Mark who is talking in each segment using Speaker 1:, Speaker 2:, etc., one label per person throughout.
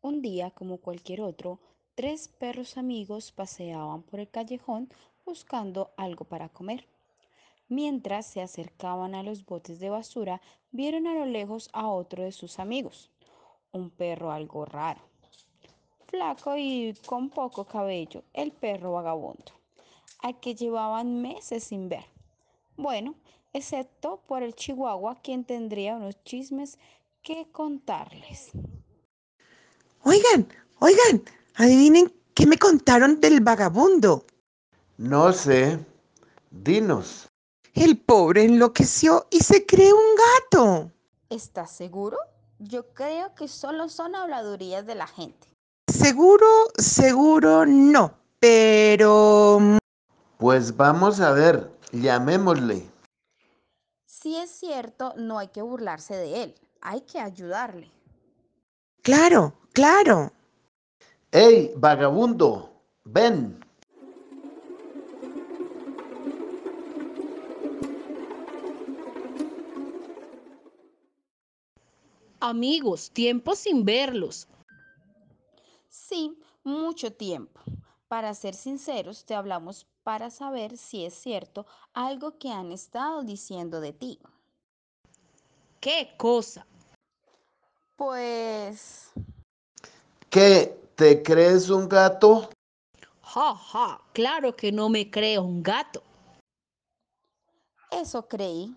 Speaker 1: Un día, como cualquier otro, tres perros amigos paseaban por el callejón buscando algo para comer. Mientras se acercaban a los botes de basura, vieron a lo lejos a otro de sus amigos, un perro algo raro, flaco y con poco cabello, el perro vagabundo, al que llevaban meses sin ver. Bueno, excepto por el chihuahua, quien tendría unos chismes que contarles.
Speaker 2: Oigan, oigan, adivinen qué me contaron del vagabundo.
Speaker 3: No sé. Dinos.
Speaker 2: El pobre enloqueció y se cree un gato.
Speaker 1: ¿Estás seguro? Yo creo que solo son habladurías de la gente.
Speaker 2: Seguro, seguro no. Pero... mm,
Speaker 3: Pues vamos a ver, llamémosle.
Speaker 1: Si es cierto, no hay que burlarse de él, hay que ayudarle.
Speaker 2: Claro, claro.
Speaker 3: ¡Ey, vagabundo! ¡Ven!
Speaker 4: Amigos, tiempo sin verlos.
Speaker 1: Sí, mucho tiempo. Para ser sinceros, te hablamos para saber si es cierto algo que han estado diciendo de ti.
Speaker 4: ¡Qué cosa!
Speaker 1: Pues...
Speaker 3: ¿Qué? ¿Te crees un gato?
Speaker 4: ¡Ja, ja! Claro que no me creo un gato.
Speaker 1: Eso creí.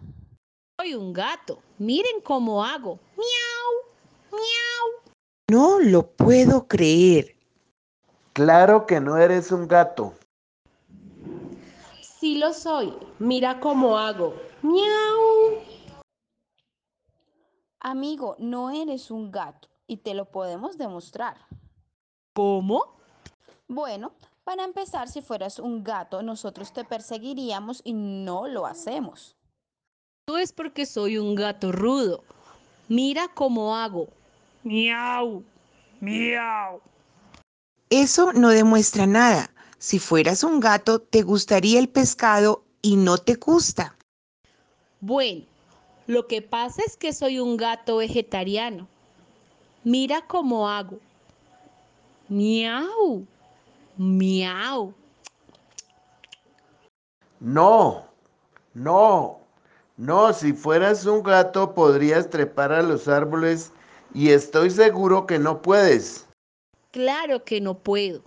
Speaker 4: Soy un gato. Miren cómo hago. ¡Miau! ¡Miau!
Speaker 2: No lo puedo creer.
Speaker 3: Claro que no eres un gato.
Speaker 4: Sí lo soy. Mira cómo hago. ¡Miau!
Speaker 1: Amigo, no eres un gato y te lo podemos demostrar.
Speaker 4: ¿Cómo?
Speaker 1: Bueno, para empezar, si fueras un gato, nosotros te perseguiríamos y no lo hacemos.
Speaker 4: Tú es porque soy un gato rudo. Mira cómo hago. ¡Miau! ¡Miau!
Speaker 2: Eso no demuestra nada. Si fueras un gato, te gustaría el pescado y no te gusta.
Speaker 4: Bueno, lo que pasa es que soy un gato vegetariano. Mira cómo hago. Miau, miau.
Speaker 3: No, no, no, si fueras un gato podrías trepar a los árboles y estoy seguro que no puedes.
Speaker 4: Claro que no puedo.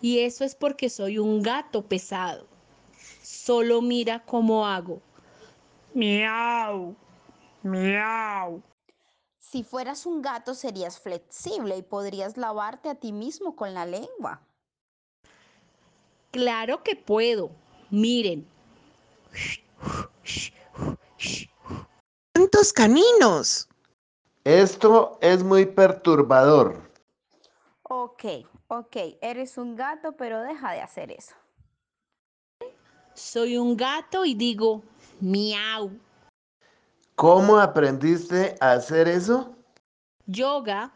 Speaker 4: Y eso es porque soy un gato pesado. Solo mira cómo hago. Miau, miau.
Speaker 1: Si fueras un gato, serías flexible y podrías lavarte a ti mismo con la lengua.
Speaker 4: Claro que puedo. Miren,
Speaker 2: ¡Tantos caminos!
Speaker 3: Esto es muy perturbador.
Speaker 1: Ok, ok, eres un gato, pero deja de hacer eso.
Speaker 4: soy un gato y digo miau.
Speaker 3: ¿Cómo aprendiste a hacer eso?
Speaker 4: Yoga